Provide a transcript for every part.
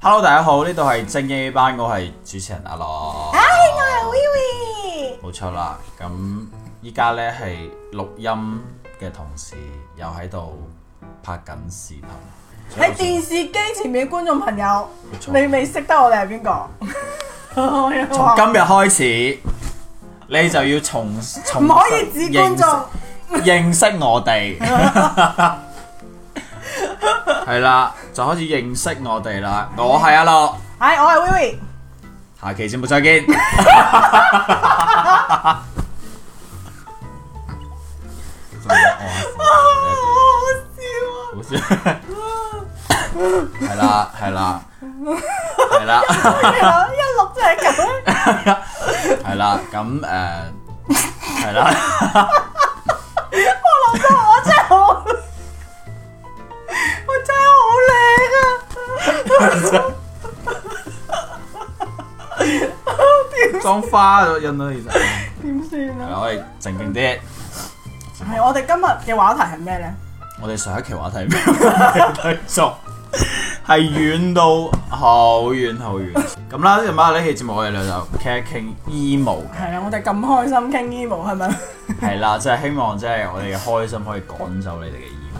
Hello，大家好，呢度係正經 A 班，我係主持人阿樂。哎我係 Willie，冇錯啦，咁依家呢係錄音嘅同時，又喺度拍緊視頻。喺電視機前面嘅觀眾朋友，冇錯你未識得我哋係邊個？我有 從話今日開始，你就要重 重唔可以指觀眾，認識我哋，係啦，就開始認識我哋啦。我係阿樂，係哎我係 Willie，下期節目再 見。啊好好笑，係啦，係啦，係啦，好笑 啊！一錄真係咁，係啦，咁誒，係啦，我諗到我真係好， 我真係好靚啊！裝花咗印到啊其實點算係啊？啦，我哋靜靜啲。係我哋今日嘅話題係咩咧？我哋上一期話題咩題目？係遠到好遠好遠。咁啦，今日呢期節目我哋兩就傾一傾 emo 係啊，我哋咁開心傾 emo 係咪？係啦，即係希望即係我哋嘅開心可以趕走你哋嘅 emo。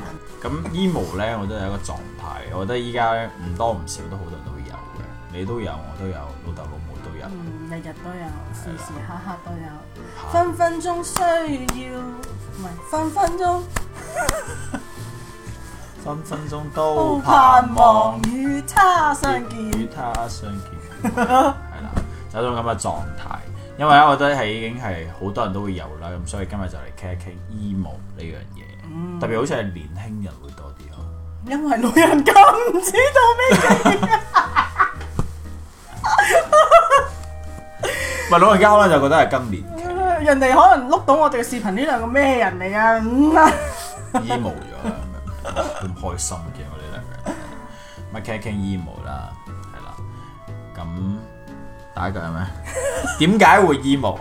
咁 emo 咧，我都有一個狀態，我覺得依家咧唔多唔少都好多人都會有嘅，你都有，我都有，老豆老母都有。嗯，日日都有，時時刻刻都有。嚇分分鐘需要，唔係分分鐘分分鐘都都盼盼望望與他相見。與他相見，係啦，就有一種咁嘅狀態。因為咧，我覺得係已經係好多人都會有啦，咁所以今日就嚟傾一傾 emo 呢樣嘢，特別好似係年輕人會多啲咯。因為老人家唔知道咩叫唔係老人家可能就覺得係今年期人哋可能碌到我哋嘅視頻呢兩個咩人嚟啊？嗯啊， emo 咗啦，咁樣咁開心嘅我哋兩個人，咪傾一傾 emo 啦，係啦，咁打一句 係咩？點解會 emo？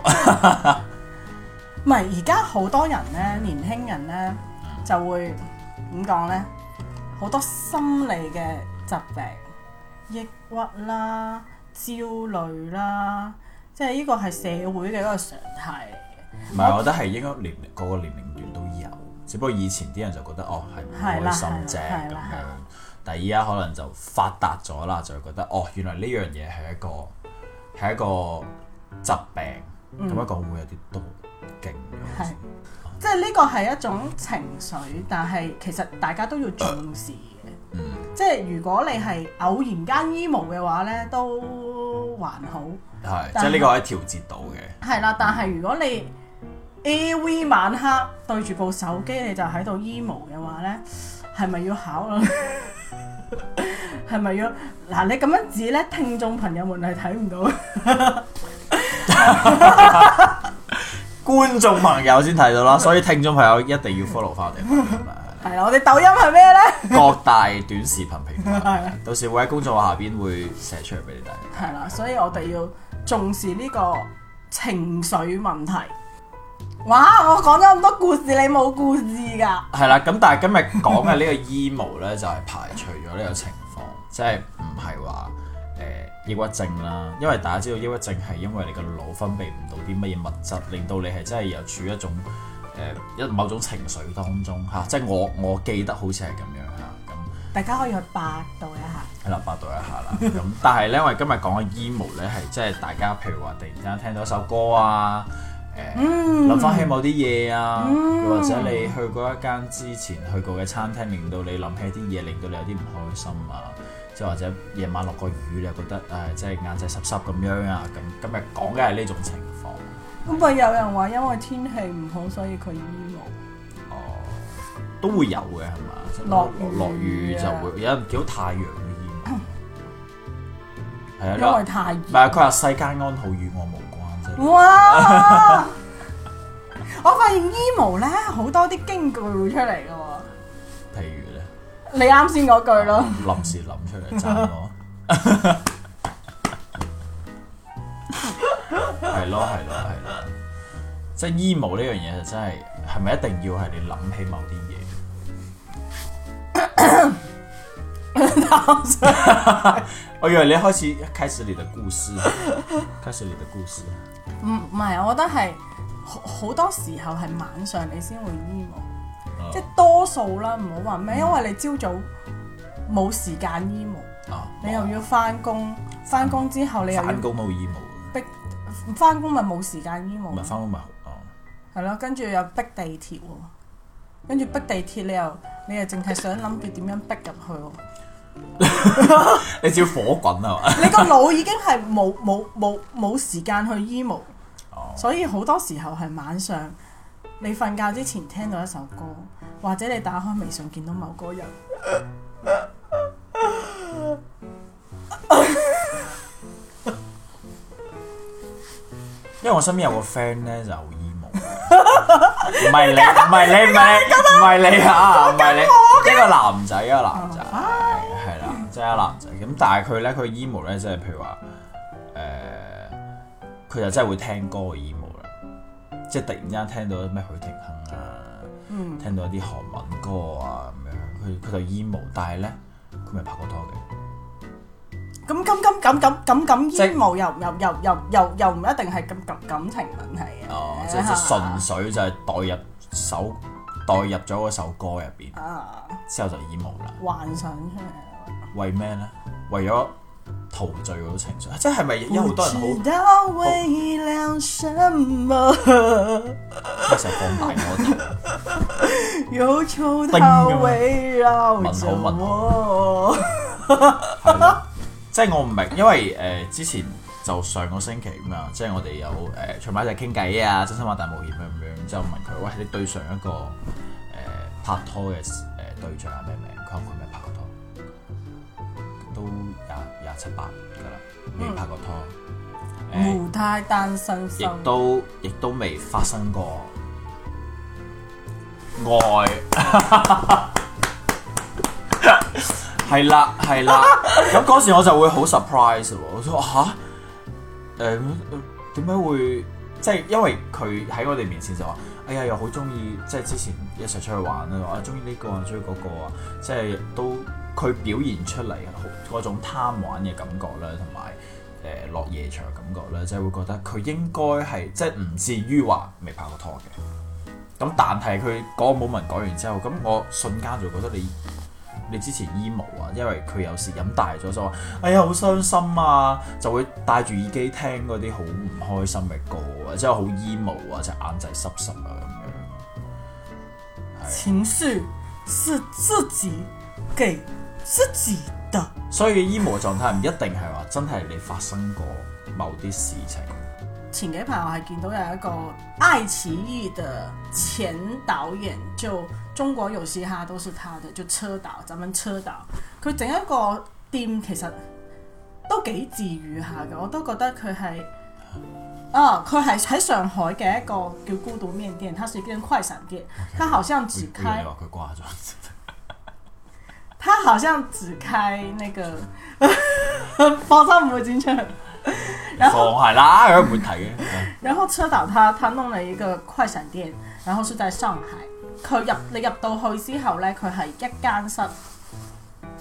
唔係而家好多人咧，年輕人咧就會點講咧？好多心理嘅疾病，抑鬱啦、焦慮啦，即係呢個係社會嘅一個常態嚟唔嘅。係，我覺得係應該年齡個個年齡段都有，只不過以前啲人就覺得哦係唔開心啫咁係啦係啦係啦係樣啦，但係依家可能就發達咗啦，就會覺得哦原來呢樣嘢係一個係一個疾病，咁樣講會有啲多勁咗好似係，即係呢個係一種情緒，但係其實大家都要重視嘅。嗯即係如果你係偶然間 emo 嘅話呢，都還好。係，即但係係呢個可以調節到嘅。係啦，但係如果你 AV 晚黑對住部手機你就喺度 emo 嘅話呢，係咪要考慮？ 係咪要嗱？你咁樣指呢，聽眾朋友們係睇唔到。觀眾朋友先睇到 啦，所以聽眾朋友一定要 follow 翻我哋咁啊係啦，我哋抖音係咩呢？各大短視頻平係台啊，到時會喺公眾號下邊會寫出嚟俾你睇。係啦，所以我哋要重視呢個情緒問題。哇！我講咗咁多故事，你冇故事㗎？係啦，咁但係今日講 嘅呢個 emo 咧，就係排除咗呢個情況，即係唔係話誒抑鬱症啦，因為大家知道抑鬱症係因為你個腦分泌唔到啲乜嘢物質，令到你係真係有處於一種誒一、某種情緒當中嚇、即係我我記得好似係咁樣嚇，咁大家可以去百度一下。係啦，百度一下啦，咁 但係咧，因為今日講嘅 emo 咧係即係大家譬如話突然之間聽到一首歌啊，誒、嗯諗翻起某啲嘢啊，嗯又或者你去過一間之前去過嘅餐廳，令到你諗起啲嘢，令到你有啲唔開心啊，即係或者夜晚落個雨，你又覺得誒，即係眼仔濕濕咁樣啊，咁今日講嘅係呢種情況。咁咪有人話因為天氣唔好，所以佢 emo。哦，都會有嘅係嘛？即係落雨落雨就啊會有人見到太陽 嘅煙，係因為啊，太熱。唔係佢話世間安好與我無關嗯啫。哇！ 我發現 emo 咧好多啲京劇會出嚟嘅喎。譬如咧，你啱先嗰句咯。 臨時諗出嚟爭我，係咯係咯係咯，即係 emo 呢樣嘢就真係係咪一定要係你諗起某啲嘢？我以為你開始開始你的故 事，開始你的故事。唔唔係，我覺得係好好多時候係晚上你先會 emo，啊嗯即係多數啦，唔好話咩，因為你朝早冇時間 emo，啊你又要翻工，翻工之後你又要翻工冇 emo，逼翻工咪冇時間唔 emo，係咯翻工咪好哦。係咯，跟住又逼地鐵喎，跟住逼地鐵你又你又淨係想諗住點樣逼入 去喎。你只要火滾係嘛？你個腦已經係冇冇冇冇時間去 emo，哦，所以好多時候係晚上你瞓覺之前聽到一首歌，或者你打開微信見到某個人，因為我身邊有個 friend 咧就好 emo，唔係你，唔係你，唔係你，唔係你啊，唔係你，一個男仔，一個男仔，係啦，即係一個男仔。咁但係佢咧，佢 emo 咧，即係譬如話誒，佢就真係會聽歌嘅 emo 啦，即係突然之間聽到咩許廷鏗啊。嗯，聽到一啲韓文歌啊咁樣，佢佢就 emo，但係咧佢咪拍過拖嘅，咁咁咁咁咁咁咁即係 emo 又又又又又又唔一定係咁感感情問題嘅，哦，即係即係純粹就係代入首代入咗嗰首歌入邊，啊之後就 emo 啦。幻想出嚟。為咩咧？為咗陶醉嗰種情緒，啊即係咪有好多人好不知道為了什麼，成日放大我頭？憂愁叮它咁樣圍問繞着好問好我。係咯即係我唔明，因為誒、呃之前就上個星期咁啊，即係我哋有誒、呃、長埋一齊傾偈啊，真心話大冒險咁樣，之後問佢：喂，你對上一個誒、呃拍拖嘅誒、呃、對象係咩名？佢話佢咪拍過拖，都廿廿七八㗎啦，未拍過拖，誒、母胎單身亦生活，都亦都未發生過愛， 係啦係啦。咁嗰時我就會好 surprise 喎，我話吓誒點解會即係因為佢喺我哋面前就話，哎呀又好中意，即係之前一齊出去玩啊，話中意呢個啊，中意嗰個啊，即係都佢表現出嚟好嗰種貪玩嘅感覺啦，同埋。誒落夜場嘅感覺咧，即係會覺得佢應該係即係唔至於話未拍過拖嘅。咁但係佢嗰個 moment 講完之後，咁我瞬間就覺得你你之前 emo 啊，因為佢有時飲大咗就話，哎呀好傷心啊，就會戴住耳機聽嗰啲好唔開心嘅歌啊，即係好 emo 啊，隻眼仔濕濕啊咁樣。情緒是自己給自己的。所以 emo 嘅狀態唔一定係話真係你發生過某啲事情。前幾排我係見到有一個愛奇藝的前導演，就中國有嘻哈都是他的，就車導，咱們車導，佢整一個店其實都幾治愈下嘅，我都覺得佢係啊，佢係喺上海嘅一個叫孤獨面店，它是一間快閃店，它好像只我以為開你。話佢掛咗，他好像只开那个， 包上魔金券。然放后，係啦，佢唔會睇嘅。然后车导他他弄了一個快閃店，然後是在上海。佢入你入到去之後呢，佢係一間室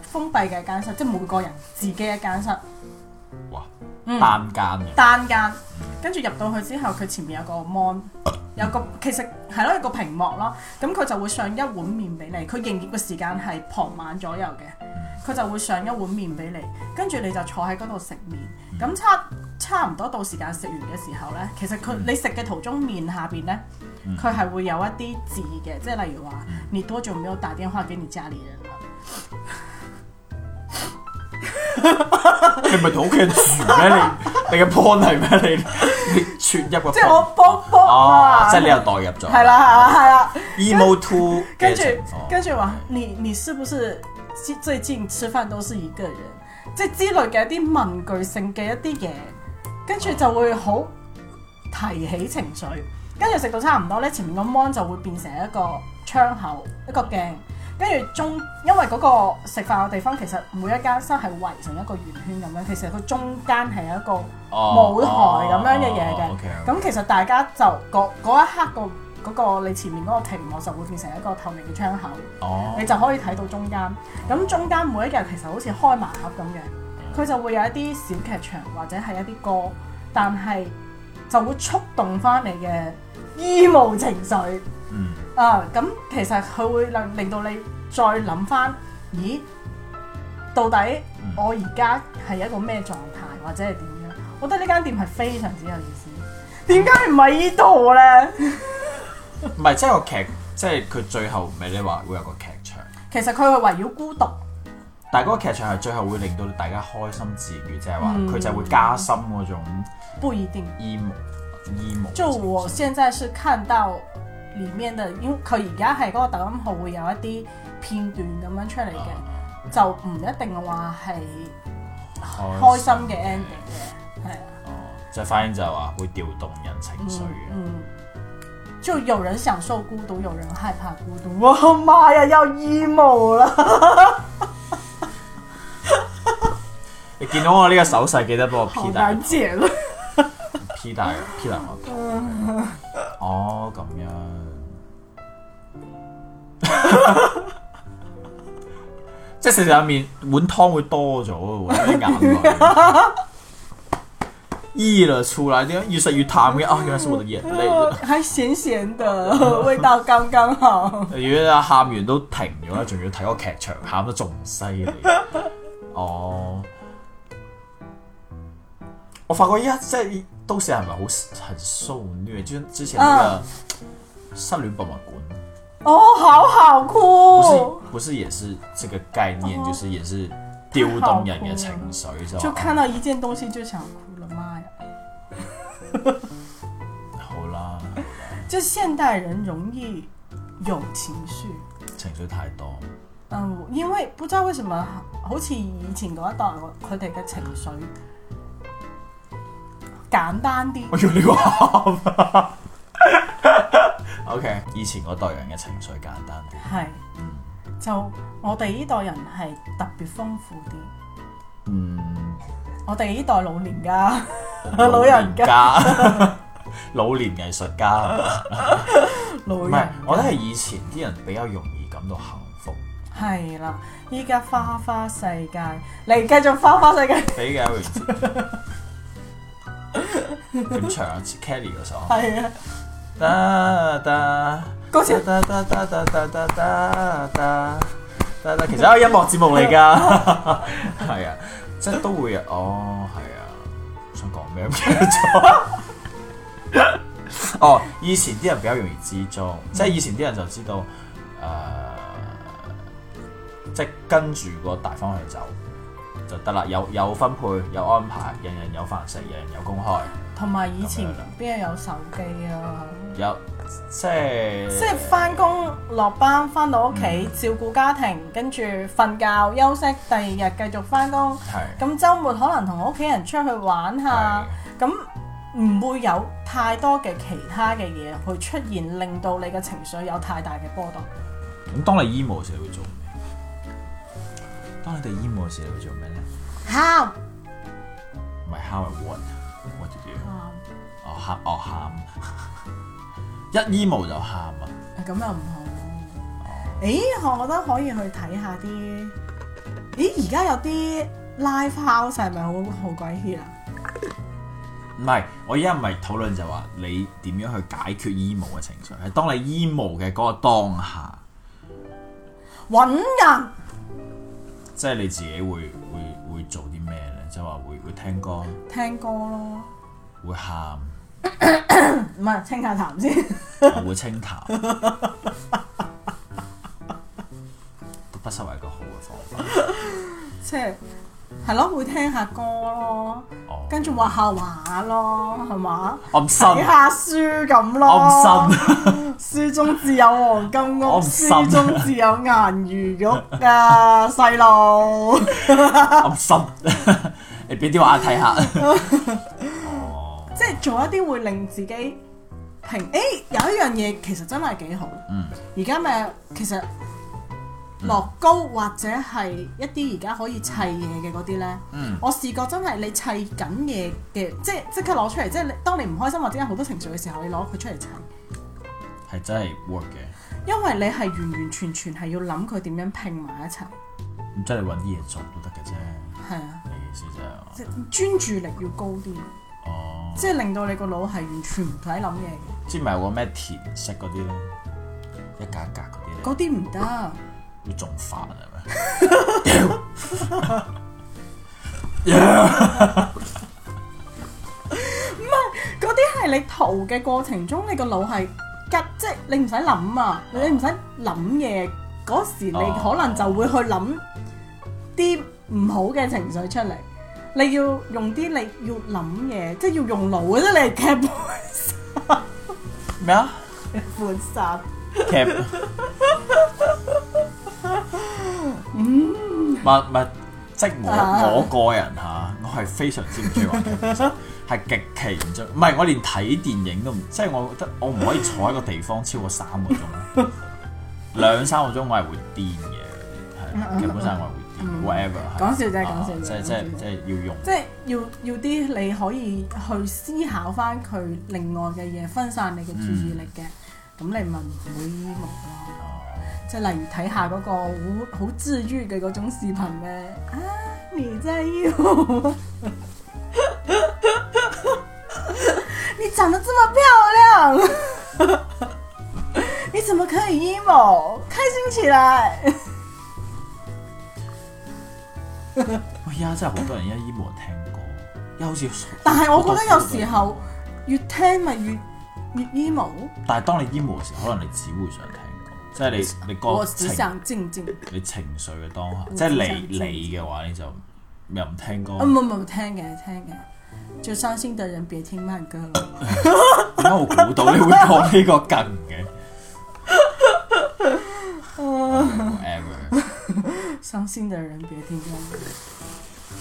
封閉嘅一間室，即係每個人自己一間室，哇，嗯單間嘅，單間。跟住入到去之後，佢前面有個 mon，有個其實係咯，有個屏幕咯。咁佢就會上一碗麵俾你，佢營業嘅時間係傍晚左右嘅，佢就會上一碗麵俾你，跟住你就坐喺嗰度食麵。咁差差唔多到時間食完嘅時候呢，其實佢你食嘅途中面下邊呢，嗯佢係會有一啲字嘅，即係例如話你多久沒有打電話俾你家裡人啦。你唔係同屋企人住咩？ 你你嘅 point 係咩？你你切一個 point，即係我卜卜哦啊，，即係你又代入咗，係啦係啦係啦。 emo two 跟嘅住情哦況跟住話你你是不是最最近吃飯都是一個人，即係之類嘅一啲文具性嘅一啲嘢，跟住就會好提起情緒。跟住食到差唔多咧，前面個 mon 就會變成一個窗口一個鏡，跟住中因為嗰個食飯嘅地方其實每一間室係圍成一個圓圈咁樣，其實佢中間係有一個。哦舞台咁樣嘅嘢哦嘅。 ，OK，OK 咁其實大家就嗰嗰一刻個嗰個你前面嗰個屏幕就會變成一個透明嘅窗口，哦你就可以睇到中間。咁中間每一日其實好似開盲盒咁嘅，佢就會有一啲小劇場或者係一啲歌，但係就會觸動翻你嘅醫務情緒。嗯啊，咁其實佢會令令到你再諗翻，咦，到底嗯我而家係一個咩狀態，或者係點樣？我覺得呢間店係非常之有意思。點解唔係呢度呢？唔係即係個劇，即係佢最後尾你話會有個劇場，其實佢係圍繞孤獨，但係嗰個劇場係最後會令到大家開心自愈，即係話嗯佢就會加深嗰種不一定。 emo emo。就我啊現在是看到裡面的，因為佢而家係嗰個抖音號會有一啲片段咁樣出嚟啊嘅，就唔一定話係開心嘅 ending 嘅，係啊啊。哦，即係反應就係話會調動人情緒嘅。嗯，就有人享受孤獨，有人害怕孤獨。我媽呀，要 emo 了！你見到我呢個手勢，記得幫我 P 好大難解了。 P 大 P 大我頭。哦，咁樣。 即係食食面碗湯會多咗喎，啲眼淚。溢了出來，點解越食越淡嘅？啊，原來是我的眼淚。還鹹鹹的， 味道剛剛好。如果啊喊完都停咗啦，仲要睇個劇場喊得仲犀利。哦，我發覺依家即係都市人咪好很受虐，就之前那個失戀博物館，哦，好好不是、哭，不是也是這個概念，就是也是調動人嘅情緒，就就話看到一件東西就想哭了，媽呀！好啦，就現代人容易有情緒，情緒太多，嗯，因為不知道為什麼，好似以前嗰一代佢哋嘅情緒簡單啲。我要你個喊啊 OK，以前嗰代人嘅情緒簡單啲，係，就我哋呢代人係特別豐富啲，嗯。我哋呢代老年家 老人家、家老年藝術家，老 唔係人，我覺得係以前啲人比較容易感到幸福，係啦，依家花花世界，嚟繼續花花世界，比較容易。 點唱啊？Kelly 嗰首， 係啊，得得嗰時得得得得得得得得得得，其實係音樂節目嚟㗎，係啊，即係都會啊，哦，係啊，想講咩唔記得咗。哦，以前啲人比較容易知足，即係以前啲人就知道，誒、呃即係跟住個大方向走就得啦，有有分配，有安排，人人有飯食，人人有工開，同埋以前咁樣啦邊有手機啊？有即係即係翻工落班翻到屋企照顧家庭，跟住瞓覺休息，第二日繼續翻工。係咁週末可能同屋企人出去玩係。下咁唔會有太多嘅其他嘅嘢去出現，令到你嘅情緒有太大嘅波動。咁當你 emo 嘅時候會做咩？當你哋 emo 嘅時候會做咩咧？喊唔係啊喊係 what？what to do？哦啊喊哦喊， 一 emo 就喊啊！咁又唔好。咦，我覺得可以去睇下啲。咦，而家有啲 live house 係咪好好鬼 hit 啊？唔係，我而家唔係討論就話你點樣去解決 emo 嘅情緒，係當你 emo 嘅嗰個當下，揾人即係你自己會會會做啲咩咧？即係話會會聽歌，聽歌咯，會喊，唔係清下痰先。會清談， 都不失為一個好嘅方法。即係係咯，會聽下歌咯，哦，跟住畫下畫咯，係嘛？我唔信。睇下書咁咯。啊我唔信， 書中自有黃金屋，我唔信啊書中自有顏如玉啊，細路。我唔信， 你俾啲話睇下。哦，即係做一啲會令自己平。誒、有一樣嘢其實真係幾好。嗯，而家咪其實樂高或者係一啲而家可以砌嘢嘅嗰啲呢。嗯我試過真係你砌緊嘢嘅，即係即刻攞出嚟，即係你當你唔開心或者有好多情緒嘅時候，你攞佢出嚟砌，係真係 work 嘅，因為你係完完全全係要諗佢點樣拼埋一齊。咁真係揾啲嘢做都得嘅啫。係啊，你意思啫？係嘛即專注力要高啲，哦，即係令到你個腦係完全唔使諗嘢嘅，即係咪有個咩填色嗰啲咧，一格一格嗰啲咧，嗰啲唔得。會仲煩係咪？嗰啲係你圖嘅過程中，你個腦係吉，即係你唔使諗啊，你唔使諗嘢嗰時，你哦可能就會去諗啲唔好嘅情緒出嚟。你要用啲你要諗嘢，即係要用腦嘅啫。你係劇咩啊？本殺，劇，嗯，唔係唔係，即係 Mm. 啊我我個人嚇，我係非常之唔中意玩劇本殺，係極其唔中，唔係我連睇電影都唔，即係我覺得我唔可以坐喺個地方超過三個鐘，兩三個鐘我係會癲嗯嘅，係劇本殺我係會癲，whatever 係。講笑啫，啊講笑即啫係即係講即笑係啫。要用，即係要 要啲你可以去思考翻佢另外嘅嘢，分散你嘅注意力嘅，咁、你咪唔會無咯。即係例如睇下嗰個好好治愈嘅嗰種視頻咧，啊，你在意我， 你長得這麼漂亮， 你怎麼可以 emo？開心起來，喂，依家哎真係好多人依家依冇人聽歌，依家好似好多但係我覺得有時好多候越聽咪越越 emo，但係當你 emo 嘅時候，可能你只會想聽歌，即係你你個我只情想靜靜，你情緒嘅當下，我即係只想你聽你嘅話，你就又唔聽歌啊，冇冇聽嘅聽嘅，就傷心的人別聽慢歌了。點解我估到你會講呢個梗 嘅？Whatever，傷心的人別聽慢歌。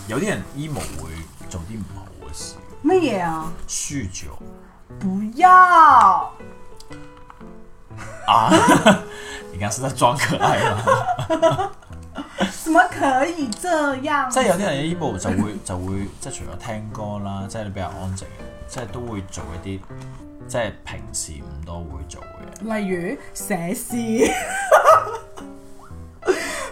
有啲人 emo 會做啲唔好嘅事，乜嘢啊？輸咗不要，啊！ 你而家識得裝可愛啊！ 怎麼可以這樣？即係有啲人 emo 就會就會即係除咗聽歌啦，即係比較安靜嘅，即係都會做一啲即係平時唔多會做嘅嘢。例如寫 詩，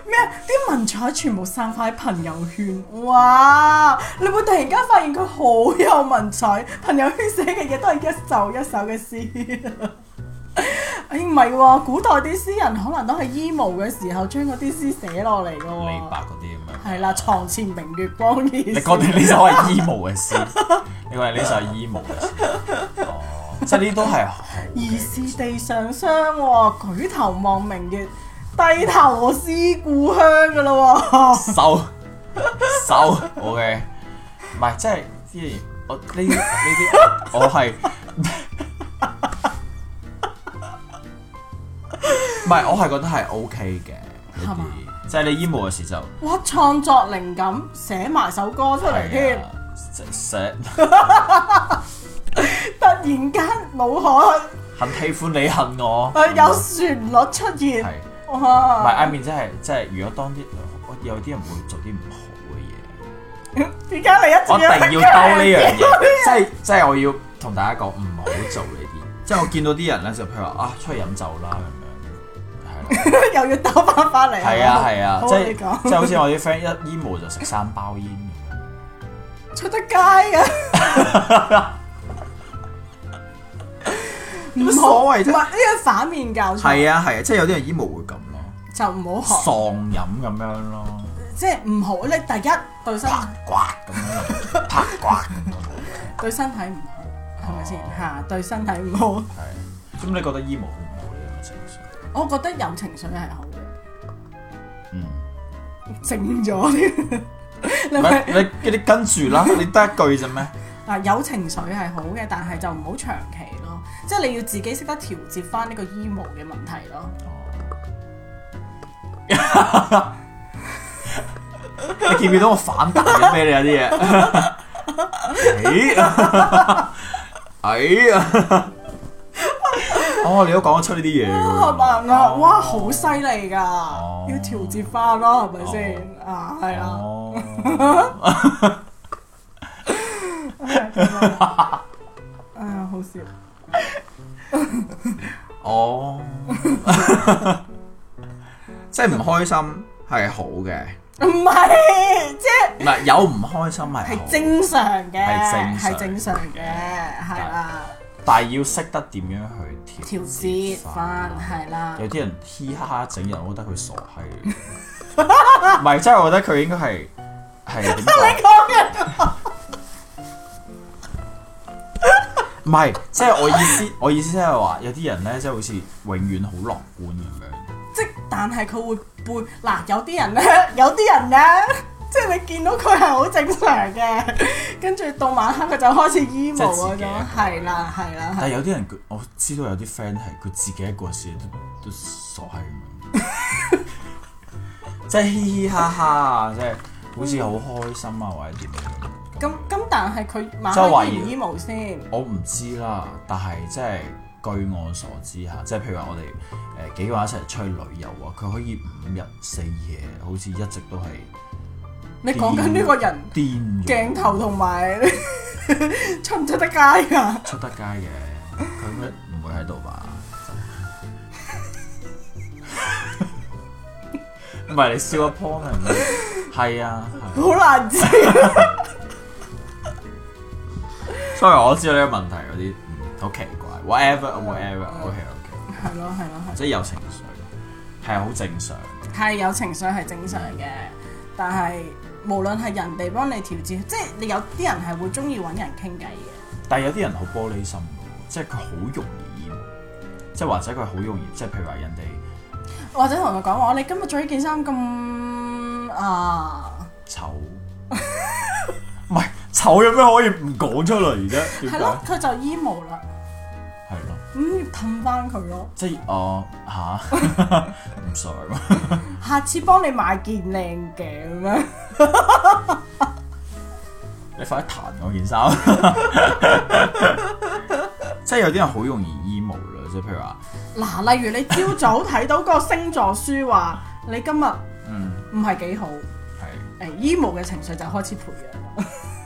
咩啲文采全部散發喺朋友圈。哇！你會突然間發現佢好有文采，朋友圈寫嘅嘢都係一首一首嘅詩。誒唔係喎，古代啲詩人可能都係 emo 嘅時候將嗰啲詩寫落嚟嘅李白喎。嗰啲咁樣。係啦，床前明月光已你覺得呢首係 emo 嘅詩，你話呢首係 emo 嘅詩，哦，即係呢啲都係好疑是地上霜喎，舉頭望明月，低頭思故鄉噶咯喎。 收收，OK，唔係即係即係我呢啲呢啲我係唔係我係覺得係 OK 嘅呢係嘛啲，即係你 emo 嘅時就。哇！創作靈感寫埋首歌出嚟係添，啊，食食突然間腦海很喜歡你恨我，誒有旋律出現，係唔係哇！ ？I mean 即係即係，如果當啲呃有啲人會做啲唔好點解你一嘅嘢，我直一定要兜呢樣嘢？嘢，即係即係我要同大家講唔好做呢啲。即係我見到啲人咧，就譬如話啊，出去飲酒啦咁樣，係啦， 又要兜翻翻 嚟。係啊係啊，好即你係即講係好似我啲 friend 一 emo 就食三包煙咁樣。出得 街啊！唔乜好所謂啫唔係呢個反面教材，係啊係啊，即係有啲人 emo 會咁咯，就唔好 學。喪飲咁樣咯，即係唔好，你第一對身啪刮咁樣，啪刮咁樣。對身體唔好，係咪先嚇？對身體唔好， 係。咁啊你覺得 emo 好唔好呢咁嘅情緒？我覺得有情緒係好嘅，嗯，靜咗啲。 你唔咪係你你跟住啦，你得一句啫咩？嗱有情緒係好嘅，但係就唔好長期咯，即係你要自己識得調節翻呢個 emo 嘅問題咯。你見唔見到我反彈緊咩？你有啲嘢， 哎呀，哎呀， 哦，你都講得出呢啲嘢㗎係咪啊？哦哇，好犀利㗎！哦要調節翻咯，係咪先啊？係啦，哦，啊好笑。哦， 即係唔開心係好嘅。唔係，即係唔係係有唔開心係好係正常嘅，係正常係正常嘅，係啦，但係要識得點樣去調調節節翻係啦有，啲人嘻哈哈整人，我覺得佢傻閪嚟。唔係，真係我覺得佢應該係係點講？講嘅唔係，即係我意思，我意思即係話有啲人咧，即係好似永遠好樂觀咁樣。即但係佢會背嗱，有啲人咧， 有啲人咧，即係你見到佢係好正常嘅，跟住到晚黑佢就開始 emo 即係自己嗰一個種，係啊啦係啦但係係有啲人佢，我知道有啲 friend 係佢自己一個時都都傻閪咁樣，即係嘻嘻哈哈啊，即係好似好開心啊，或者點樣。咁咁，但係佢晚即係懷黑疑 emo 唔 emo 先，我唔知啦，但係即係據我所知嚇，即係譬如話我哋誒、呃、幾個人一齊出去旅遊啊，佢可以五日四夜，好似一直都係你講緊呢個人癲咗鏡頭同埋 出唔出得街啊㗎？出得街嘅，佢應該唔會喺度吧？唔係你笑一 point 係咪？係啊，係好難知。 sorry，我知道呢個問題有啲嗯好奇怪，whatever，whatever，OK 嗯 OK，係咯係咯即係有情緒係好正常。係，係有情緒係正常嘅，但係無論係人哋幫你調節，即係你有啲人係會中意揾人傾偈嘅，但係有啲人好玻璃心嘅喎，即係佢好容易厭，即係或者佢好容易，即係譬如話人哋或者同佢講話：你今日着呢件衫咁啊， 醜，唔係醜有咩可以唔講出嚟啫？點解？係係咯，佢就 emo 啦，咯，咁要氹翻佢咯。即係我吓， 唔 sorry 下次幫你買件靚嘅咁樣， 你快啲彈我件衫。 即係有啲人好容易 emo 啦，即係譬如話，嗱，例如你朝早睇到個星座書話你今日嗯，唔係幾好。係誒 emo 嘅情緒就開始培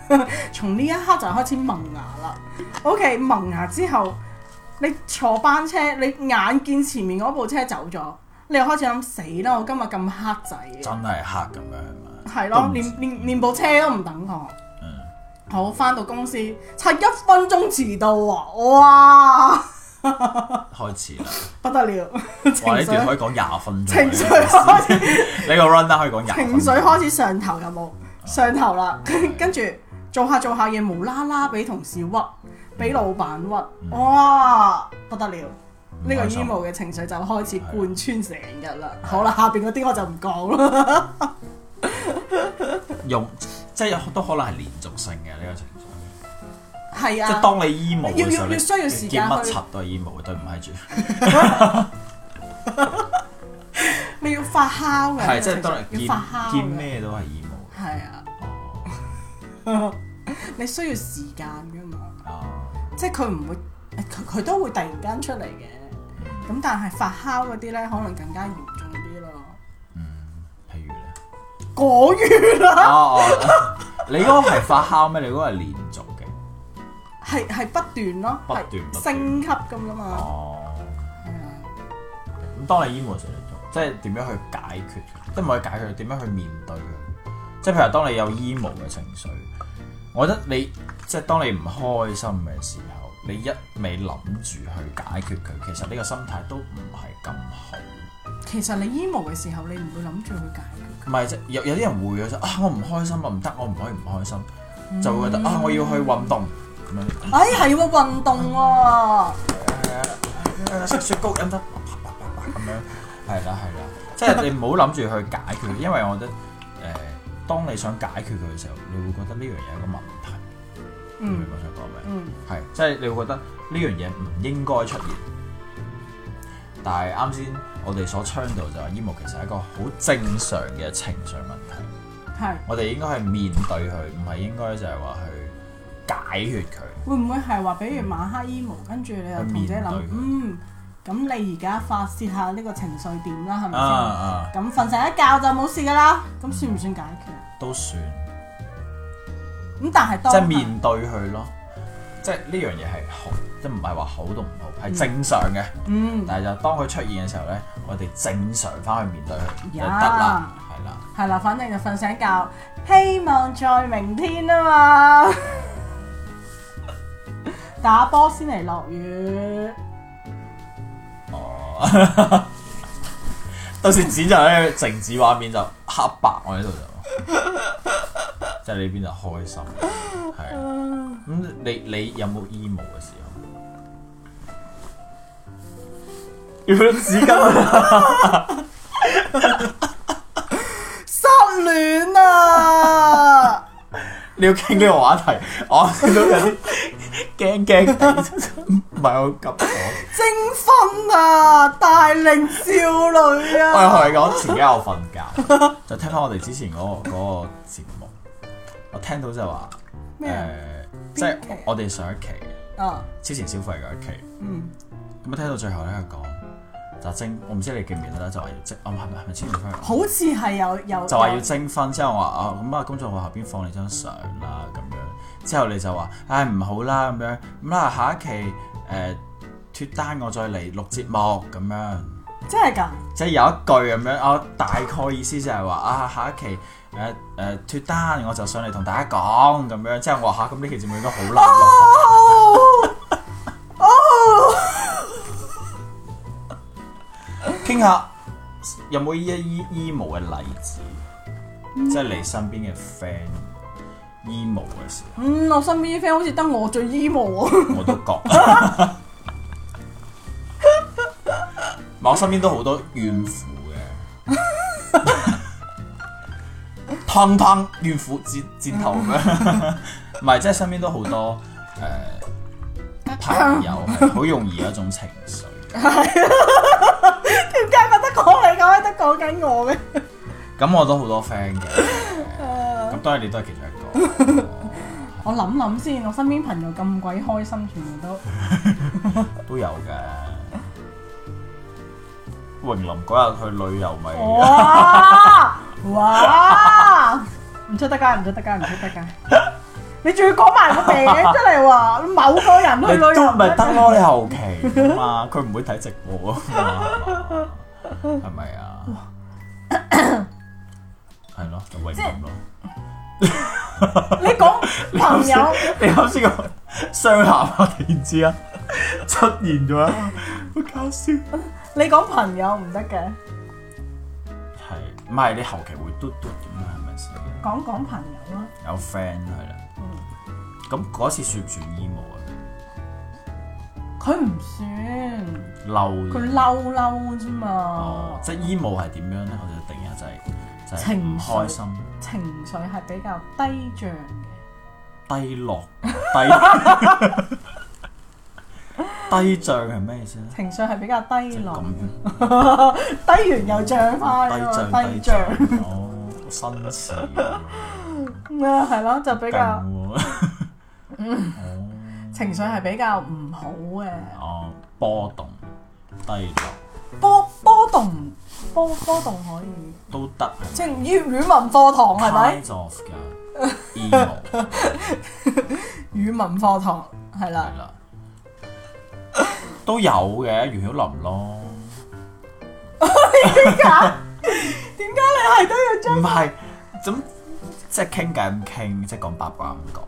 養啦， 從呢一刻就開始萌芽啦。OK，萌芽之後，你坐班車，你眼見前面嗰部車走咗，你又開始諗死啦！我今日咁黑仔嘅，真係黑咁樣係咪？係都咯，唔連連連部車都唔等我。嗯，好，翻到公司，差一分鐘遲到啊！哇，開始啦。不得了，情哇！呢段緒可以講廿分鐘。情緒開始。 你個 run down 可以講廿分鐘。啊情緒開始上頭有冇？上頭啦，跟跟住做下做下嘢，無啦啦俾同事屈，俾老闆屈，哇不得了！嗯唔呢個開心 emo 嘅情緒就開始貫穿成日啦。好啦，下邊嗰啲我就唔 講啦。用即係都可能係連續性嘅呢個情緒，係即係啊，當你 emo 嘅時候，要要要需要時你間去見乜柒都係 emo，對唔係住，你要發酵嘅，係即係呢個當情緒你見要發酵見嘅，咩都係 emo。係啊，哦， 你需要時間㗎嘛，啊，即係佢唔會，佢佢都會突然間出嚟嘅。咁但係發酵嗰啲咧，可能更加嚴重啲咯。嗯，譬如咧，講完啦。哦哦，你嗰個係發酵咩？你嗰個係連續嘅，係係不斷咯，不斷係不斷升級咁噶嘛。哦。係啊咁當你 emo 嘅時候，你做即係點樣去解決？即係唔可以解決，點樣去面對佢？即係譬如話當你有 emo 嘅情緒，我覺得你即係當你唔開心嘅時候，你一味諗住去解決佢，其實呢個心態都唔係咁好。其實你 emo 嘅時候，你唔會諗住去解決。唔係即係有有啲人會嘅啫，啊我唔開心啊唔得，我唔可以唔開心，就會覺得啊我要去運動咁樣。哎，係喎，運動喎，誒食雪糕飲得啪啪啪啪咁樣，係啦係啦，即係你唔好諗住去解決，因為我覺得誒、呃，當你想解決佢嘅時候，你會覺得呢樣嘢係一個問題，你明唔嗯明我想講咩？嗯，係，即係你會覺得呢樣嘢唔應該出現。但係啱先我哋所倡導就係 emo 其實係一個好正常嘅情緒問題，嗯係我哋應該係面對佢，唔係應該就係話去解決佢。會唔會係話，比如晚黑 emo，跟住你又同自己去面對諗佢，嗯，咁你而家發泄下呢個情緒點啦，係啊咪啊！先？咁瞓醒一覺就冇事噶啦，咁算唔算解決？都算。咁但係當即係下面對佢咯。即係呢樣嘢係好，即係唔係話好同唔好，係正常嘅。嗯但係就當佢出現嘅時候咧，我哋正常翻去面對佢就得呀啦，係啦。係啦，反正就瞓醒覺，希望在明天啊嘛。 打波先嚟落雨，哦，到時剪就咧靜止畫面就黑白我 呢度就，即係呢邊就開心，係啊。咁你你有冇 emo 嘅時 候？要唔要紙巾啊？失戀 啊！你要傾呢個話題，我 見到有啲驚驚地，唔係好急我。征婚啊，大齡少女我啊！係講前幾日我瞓覺， 就聽翻我哋之前嗰、個嗰、個節目，我聽到就話誒、咩啊即係邊期啊我哋上一期啊，超前消費嗰一期，嗯，咁啊聽到最後咧佢講就徵，我唔知你記唔記得啦，就話要徵，我係咪係咪超前消費？好似係有有就話要徵婚，之後我話啊咁啊，公眾號下邊放你張相啦咁樣，之後你就話唉唔好啦咁樣，咁啦下一期誒、脱單我再嚟錄節目咁樣。真係㗎，即係有一句咁樣，我大概意思就係話啊，下一期誒誒脱單，我就上嚟同大家講咁樣。即係我話嚇，咁呢期節目應該好難錄。 哦哦，傾下有冇依一 emo 嘅例子，即係你身邊嘅 friend emo 嘅時嗯，我身邊啲 friend 好似得我最 emo 候，啊，我都覺。唔係我身邊都好多怨婦嘅，砰砰怨婦折折頭咁樣，唔係即係身邊都好多誒、朋友係好容易有一種情緒， 點解覺得講你咁樣得講緊我嘅？咁我都好多 friend 嘅，咁誒當然你都係其中一個，我諗諗先，我身邊朋友咁鬼開心，全部都都有嘅。榮林嗰日去旅遊咪哇啊 哇，唔出得街，唔出得街，唔出得街。你仲要講埋個名出嚟喎？某個啊人去你旅都遊咪得咯，你後期㗎嘛， 佢唔會睇直播啊嘛，係咪啊？係咯，就永咁咯。你講朋 友，你啱先個雙下巴突然之間出現咗啊，好搞笑。你講朋友唔得嘅，係，唔係你後期會嘟嘟點啊？係咪先？講講朋友啦。有 friend 係啦。咁嗰次算唔算 emo 啊？佢唔算，嬲嘅。佢嬲嬲啫嘛哦，。即係 emo 係點樣咧？我哋定義就係就係唔情緒開心、情緒係比較低漲嘅。低 落、低低漲係咩意思咧？情緒係比較低咁落，低完又漲翻低啊嘛，漲低低漲漲哦，新詞哦啊，係咯，就 比勁較喎。情緒係比較唔好嘅，哦，波動低落波波動波波動可以，都得，即係語語文課堂哦係咪？ ？Kind of 㗎 emo 語文課堂係 係，啦啦，都有嘅，袁曉琳咯，點解你係都要將唔係咁即係傾偈咁傾，即係講八卦咁講，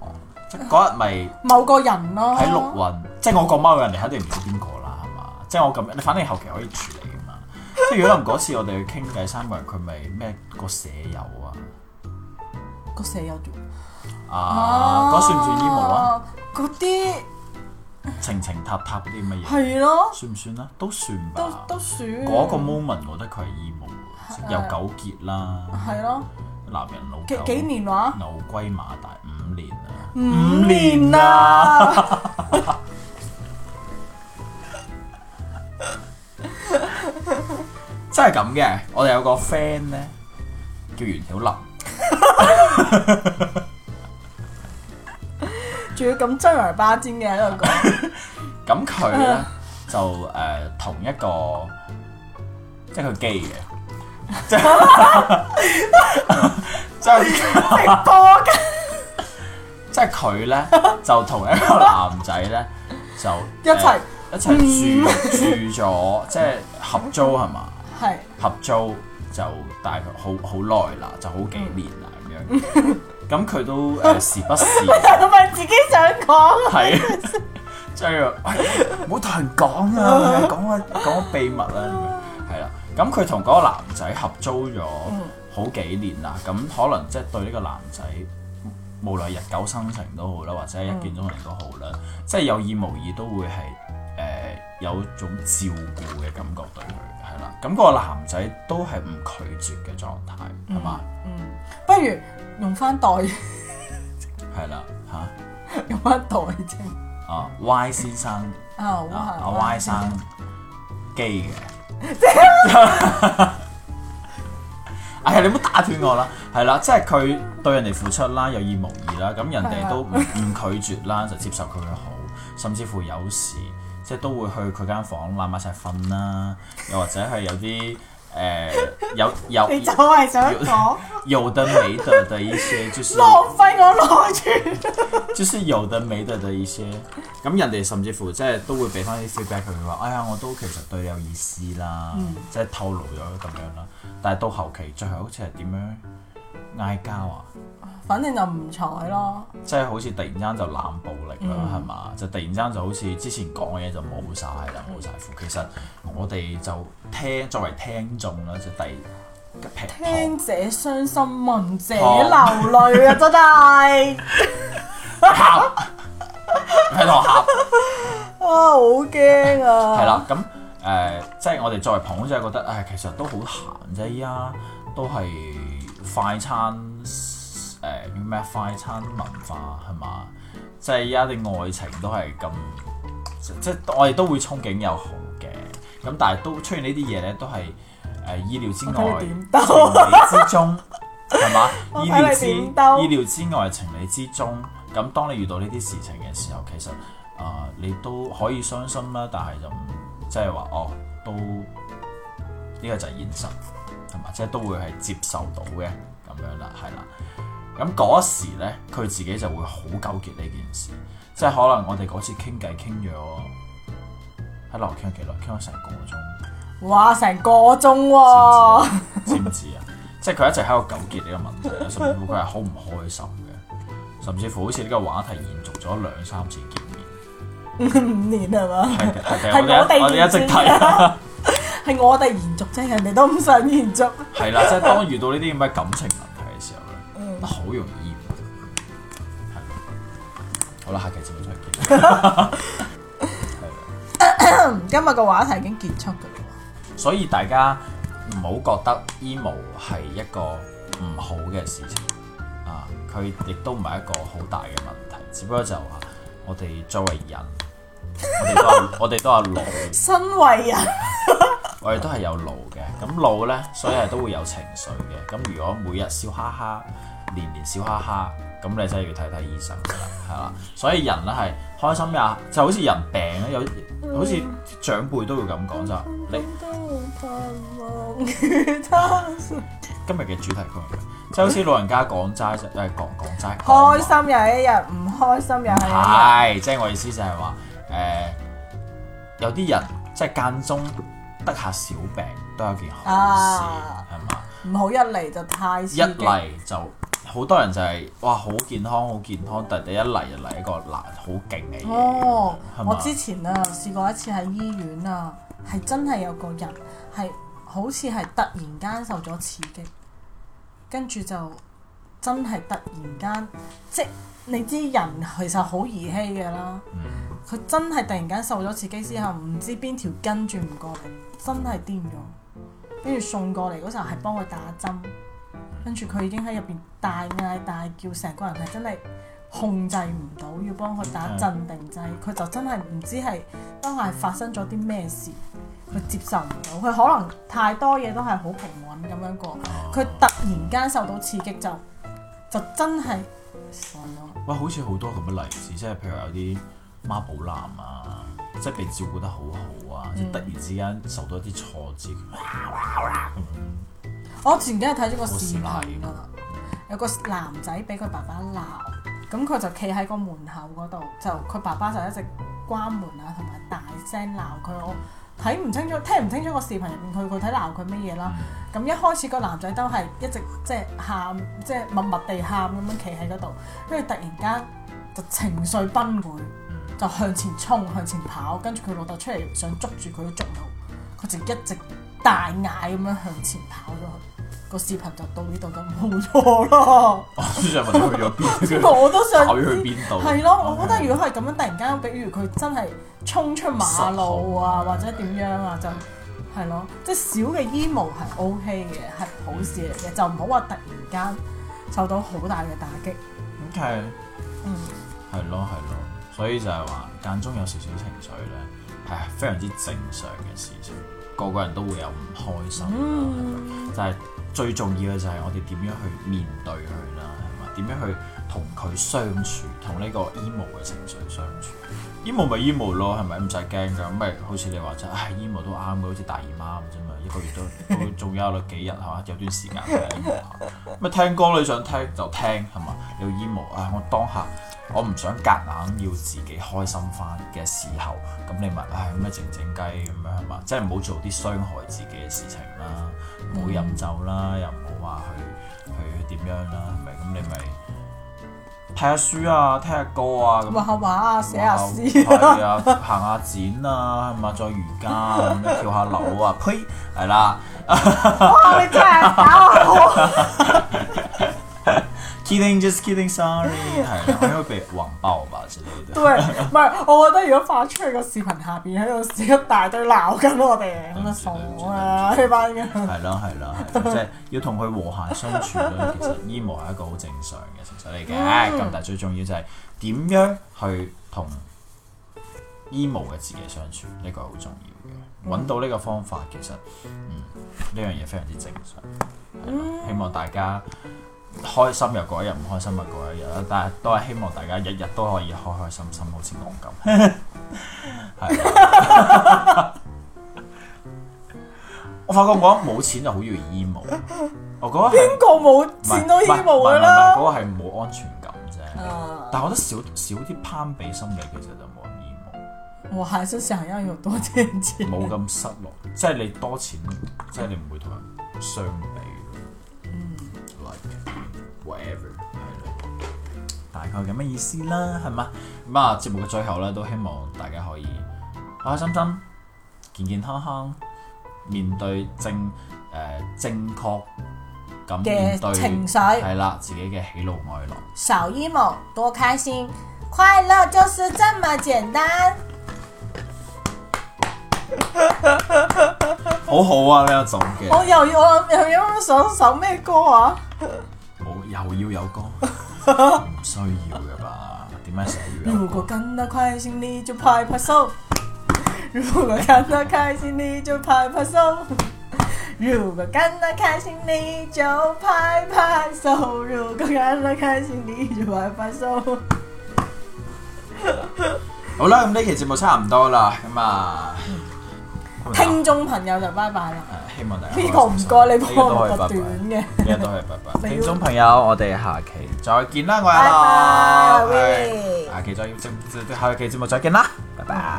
即係嗰日咪。某個人咯？喺陸運，即係我講貓嘅人哋肯定唔知邊個啦，係嘛？即係我咁，你反正後期可以處理噶嘛。即係如果能嗰次我哋去傾偈，三個人佢咪咩個舍友啊？個舍友做哦啊，嗰算唔算 emo 啊？？嗰啲情情塔塔嗰啲乜嘢？係咯，算唔算啊？都算都吧。都算嗰個 moment 我覺得佢係 emo，喎又糾結啦，係咯，男人老幾狗幾年話？牛龜馬大五年啊，五年啦， 真係咁嘅。我哋有個 friend 咧叫袁曉琳。仲要咁周圍巴尖 嘅喺度講，咁佢咧啊就誒、呃同一個，即係佢基嘅，即係 即係直播嘅即係佢咧就同一個男仔咧就一齊嗯呃一齊住住咗，即係合租係嘛？係合租就大概好好耐啦，就好幾年啦咁樣。咁佢都誒時不時 唔係自己想講，係， 即係哎唔好同人講啊，講個講個秘密啦，咁樣係啦。咁佢同嗰個男仔合租咗好幾年啦，咁可能即係對呢個男仔，無論日久生情都好啦，或者一見鍾情都好啦，即係有意無意都會係誒、呃有種照顧嘅感覺對佢係啦。咁、嗰個男仔都係唔拒絕嘅狀態，係嘛？不如用翻代係啦嚇用翻代啫。啊 Y 先生。啊，好啊啊，阿 Y 生機嘅， 哎呀，你唔好打斷我啦，係啦，即係佢對人哋付出啦，有意無意啦，咁人哋都唔唔拒絕啦，就接受佢嘅好，甚至乎有時即係都會去佢間房攬埋一齊瞓啦，又或者係有啲誒、呃有有 你就係想講有的沒的的一些就是。 浪啊費我內存。就是有的沒得的意思。咁人哋甚至乎即係都會俾翻啲 feedback 佢佢話：哎呀，我都其實對你有意思啦，即係透露咗咁樣啦。但係到後期最後好似係點樣嗌交啊？反正就唔睬咯，即係好似突然間就冷暴力啦，係嘛、就突然間就好似之前講嘅嘢就冇晒啦，冇晒符。其實我哋就聽作為聽眾啦，就第劈聽者傷心，聞者流淚啊！真係啊堂喊，劈堂喊。啊，好驚啊！係啦，咁誒、呃即係我哋作為旁觀者覺得，誒、其實都好閒啫，依家都係快餐誒叫咩啊快餐文化係嘛？即係依家啲愛情都係咁，即即係我哋都會憧憬有好嘅，咁但係都出現呢啲嘢咧，都係誒、呃意料之外，我睇你點兜啊情理之中。係我嘛？睇意你料之點兜意料之外，情理之中。咁當你遇到呢啲事情嘅時候，其實啊、你都可以傷心啦，但係就唔即係話哦，都呢、個就係現實，係嘛？即係都會係接受到嘅咁樣啦，係啦。咁嗰時呢，佢自己就會好糾結呢件事，即係可能我哋嗰次傾偈傾咗喺樓傾咗幾耐，傾咗成個鐘。哇，成個鐘喎，知唔知啊？即係佢一直喺度糾結呢個問題，啊甚至乎佢係好唔開心嘅，甚至乎好似呢個話題延續咗兩三次見面。五年係嘛？係嘅係係嘅我哋一我我哋哋延一直續睇，係我哋延續啫，人哋都唔想延續。係啦，即係當遇到呢啲咁嘅感情問題嘅時候咧，好容易厭。係咯好啦，下期節目再見。係啦今日個話題已經結束㗎啦所以大家唔好覺得 emo 係一個唔好嘅事情啊，佢亦都唔係一個好大嘅問題，只不過就話我哋作為人，我哋都有我哋都有腦，喎。身為人，我哋都係有腦嘅。咁腦呢，所以係都會有情緒嘅。咁如果每日笑哈哈，年年笑哈哈，咁你真係要睇睇醫生㗎啦，係啦。所以人呢係開心呀，就好似人病咧，有好似長輩都會咁講就話你。都盼望與他相今日嘅主題曲嚟嘅，即係好似老人家講齋就誒講講齋，開心啊又一日，唔開心又係係，即係我意思就係話誒，有啲人即係間中得下小病都係一件好事，啊係嘛、一日，唔好一嚟就太刺一激。嚟就好多人就係、哇好健康好健康，但係你一嚟就嚟一個難好勁嘅嘢，哦，係我嘛之前啊試過一次喺醫院啊，係真係有個人係好似係突然間受咗刺激，跟住就真係突然間，即你知人其實好兒戲嘅啦，嗯，佢真係突然間受咗刺激之後，唔知邊條筋轉唔過嚟，真係癲咗，跟住送過嚟嗰時候係幫佢打針，跟住佢已經喺入邊大嗌大叫，成個人係真係控制唔到，要幫佢打鎮定劑，佢就真係唔知係當下係發生咗啲咩事，佢接受唔到，佢可能太多嘢都係好平穩咁樣過，佢突然間受到刺激就就真係神咯，哇好似好多咁嘅例子，即係譬如有啲媽寶男啊，即係被照顧得好好啊，即係突然之間受到一啲挫折。我前幾日睇咗個視頻好啊屎。有個男仔俾佢爸爸鬧，咁佢就企喺個門口嗰度，就佢爸爸就一直關門啊，同埋大聲鬧佢。我睇唔清楚、聽唔清楚個視頻入邊佢具體鬧佢乜嘢啦。嗯咁一開始個男仔都係一直即係喊，即係默默地喊咁樣企喺嗰度，跟住突然間就情緒崩潰，嗯就向前衝、向前跑，跟住佢老豆出嚟想捉住佢都捉唔到，佢就一直大嗌咁樣向前跑咗去。個視頻就到呢度就冇 咗咯， 我都想問佢去咗邊，佢我都想跑咗去知。邊度？係咯，我覺得如果係咁樣突然間，比如佢真係衝出馬路啊，失控或者點樣啊，就係咯，即係小嘅 emo 係 OK 嘅，係好事嚟嘅，就唔好話突然間受到好大嘅打擊。 OK。嗯，係咯係咯，所以就係話間中有少少情緒咧，係非常之正常嘅事情，個個人都會有唔開心啦，嗯係咪但係最重要嘅就係我哋點樣去面對佢啦，係咪？點樣去同佢相處，同呢個 emo 嘅情緒相處？emo 咪 emo 咯，係咪？唔使驚㗎，咪好似你話齋，唉，emo 都啱嘅，好似大姨媽咁啫嘛，一個月都 都仲有幾日係嘛，有段時間係 emo 下咪聽歌你想聽就聽係嘛，有 emo 啊，我當下。我唔想夾硬要自己開心翻嘅時候，咁你咪唉咁咪靜靜雞咁樣係嘛？即係唔好做啲傷害自己嘅事情啦，唔好飲酒啦，又唔好話去去點樣啦，係咪？咁你咪睇下書啊，聽下歌啊，咁畫下畫啊，寫下詩啊，係啊，行下展啊，係嘛？再瑜伽啊咁樣跳下樓 啊，呸，係啦 哇！你真係搞我， ，kidding，just kidding，sorry，係 啦，因為被網爆吧之類的。對，唔係，我覺得如果發出去個視頻下邊喺度寫一大堆鬧緊我哋， 咁啊爽啊呢班人。係咯係咯係 咯，即係要同佢和諧相處咯。其實 emo 係一個好正常嘅情緒嚟嗯嘅，咁、但係最重要就係點樣去同 emo 嘅自己相處，呢、個係好重要嗯嘅。揾到呢個方法，其實嗯呢樣嘢非常之正常。係嗯咯希望大家開心又過一日，唔開心又過一日啦。但係都係希望大家日日都可以開開心心，好似我咁。係啊。我發覺我一冇錢就好容易 emo，我覺得係邊個冇唔係錢都唔係唔 emo 㗎係唔係啦？嗰個係冇安全感啫。啊但係我覺得少少啲攀比心理其實就冇咁我還是想要有多點錢。 emo，冇咁失落。即係你多錢，即係你唔會同人相比。嗯，like whatever 係咯，大概咁嘅意思啦，係嘛？咁啊，節目嘅最後咧，都希望大家可以開開心心、健健康康，面對正誒、呃正確咁面對嘅情緒，係啦，自己嘅喜怒哀樂。少 emo 多開心，快樂就是這麼簡單。好好啊，呢一種嘅，我又要我又要想首咩歌啊？冇又要有 歌，唔需要噶吧？點解成日要有如歌果？感到開心，你就拍拍手；如果感到開心，你就拍拍手；如果感到開心，你就拍拍手；如果感到開心，你就拍拍手。好啦，咁呢期節目差唔多啦，咁啊，嗯聽眾朋友就拜拜啦。誒希望大家呢個唔該，你開心幫我呢個都可以個拜短拜嘅。呢個都係拜 拜。你要聽眾朋友，我哋下期再見啦，我係拜拜阿樂係 Willie 下期再要下期節目再見啦，拜拜。